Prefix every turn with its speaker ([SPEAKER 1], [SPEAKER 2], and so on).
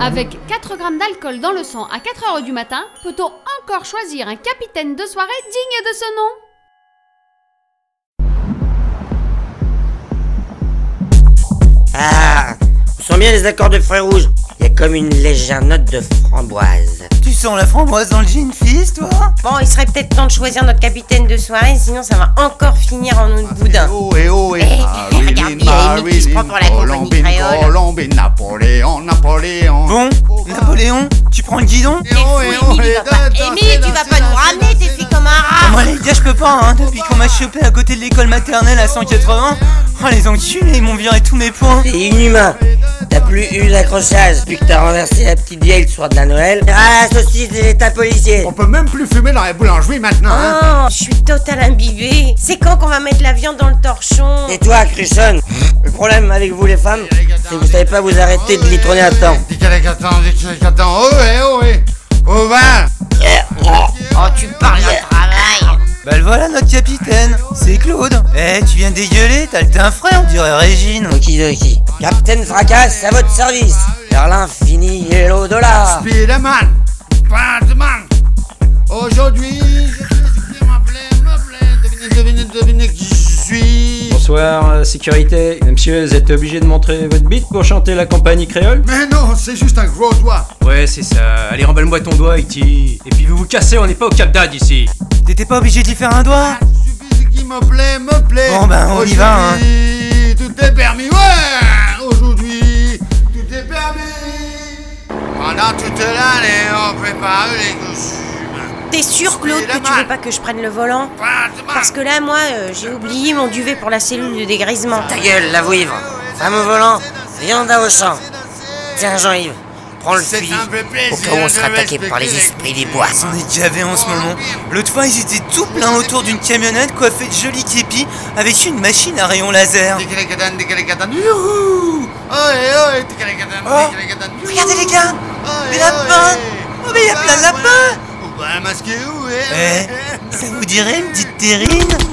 [SPEAKER 1] Avec 4 grammes d'alcool dans le sang à 4 heures du matin, peut-on encore choisir un capitaine de soirée digne de ce nom
[SPEAKER 2] Ah On sent bien les accords de frais rouge. Il y a comme une légère note de framboise.
[SPEAKER 3] Tu sens la framboise dans le jean fils, toi
[SPEAKER 4] Bon, il serait peut-être temps de choisir notre capitaine de soirée, sinon ça va encore finir en eau de boudin.
[SPEAKER 5] Oh, eh oh, eh.
[SPEAKER 4] Eh,
[SPEAKER 5] Marilyn,
[SPEAKER 4] regarde, il y
[SPEAKER 5] ah,
[SPEAKER 4] a Amy qui se prend pour la compagnie
[SPEAKER 5] Colombine,
[SPEAKER 4] créole.
[SPEAKER 5] Colombine, Napoléon, Napoléon.
[SPEAKER 3] Bon, Napoléon, tu prends le guidon
[SPEAKER 5] Eh oh, eh oh,
[SPEAKER 4] Émile,
[SPEAKER 5] eh,
[SPEAKER 4] tu vas pas,
[SPEAKER 5] danse,
[SPEAKER 4] Émile, tu
[SPEAKER 5] danse,
[SPEAKER 4] vas pas nous
[SPEAKER 5] danse,
[SPEAKER 4] ramener tes
[SPEAKER 5] danse,
[SPEAKER 4] filles comme un rat
[SPEAKER 3] Ah, Moi les gars, je peux pas, hein, depuis qu'on m'a chopé à côté de l'école maternelle à 180, oh les enculés, ils m'ont viré tous mes points.
[SPEAKER 2] T'es inhumain. T'as plus eu d'accrochage depuis que t'as renversé la petite vieille le soir de la Noël. Ah, saucisse de l'état policier.
[SPEAKER 5] On peut même plus fumer dans les boulangeries maintenant. hein.
[SPEAKER 4] Oh, je suis total imbibée. C'est quand qu'on va mettre la viande dans le torchon
[SPEAKER 2] Et toi, Cruchon, le problème avec vous les femmes, c'est que vous savez pas vous arrêter de litronner à temps.
[SPEAKER 5] Décalé qu'attends, décalé qu'attends. Oh, eh oh, eh. Au vin.
[SPEAKER 4] Oh, tu parles d'un travail
[SPEAKER 3] Bah le voilà notre capitaine, c'est Claude. Eh, tu viens de dégueuler, t'as le teint frais, on dirait Régine.
[SPEAKER 2] Okidoki. Capitaine Fracasse, à votre service. Vers l'infini et
[SPEAKER 4] Ah.
[SPEAKER 2] l'au-delà.
[SPEAKER 5] Spiderman. Batman. Aujourd'hui, je suis qui m'appelait, m'appelait. Devinez, devinez, devinez qui je suis.
[SPEAKER 6] Bonsoir, euh, sécurité. Monsieur, vous êtes obligé de montrer votre bite pour chanter la compagnie créole
[SPEAKER 5] Mais non, c'est juste un gros doigt.
[SPEAKER 6] Ouais, c'est ça. Allez, remballe-moi ton doigt, Iti. Et puis vous vous cassez, on n'est pas au Cap d'Ad ici.
[SPEAKER 3] T'étais pas obligé d'y faire un doigt
[SPEAKER 5] Suffit qui me plaît, me plaît.
[SPEAKER 3] Bon, ben, on y va, hein.
[SPEAKER 5] Aujourd'hui, Tout est permis, ouais. Aujourd'hui, tout est permis. Pendant toute l'année, on prépare les costumes.
[SPEAKER 4] T'es sûr, Claude, que tu veux pas que je prenne le volant
[SPEAKER 5] Batman.
[SPEAKER 4] Parce que là, moi, euh, j'ai oublié mon duvet pour la cellule de dégrisement.
[SPEAKER 5] Ah,
[SPEAKER 2] Ta gueule, la vouivre. Femme au volant, viande à Auchan. Tiens, Jean-Yves, prends le fusil. Au cas où on sera attaqué par les esprits des bois.
[SPEAKER 3] On est gavé en ce moment. L'autre fois, ils étaient tout plein autour d'une camionnette coiffée de jolis képis avec une machine à rayon laser. Regardez les gars Des lapins Oh, mais il y a plein de lapins
[SPEAKER 5] On va masquer où
[SPEAKER 3] Eh, ça vous dirait une petite terrine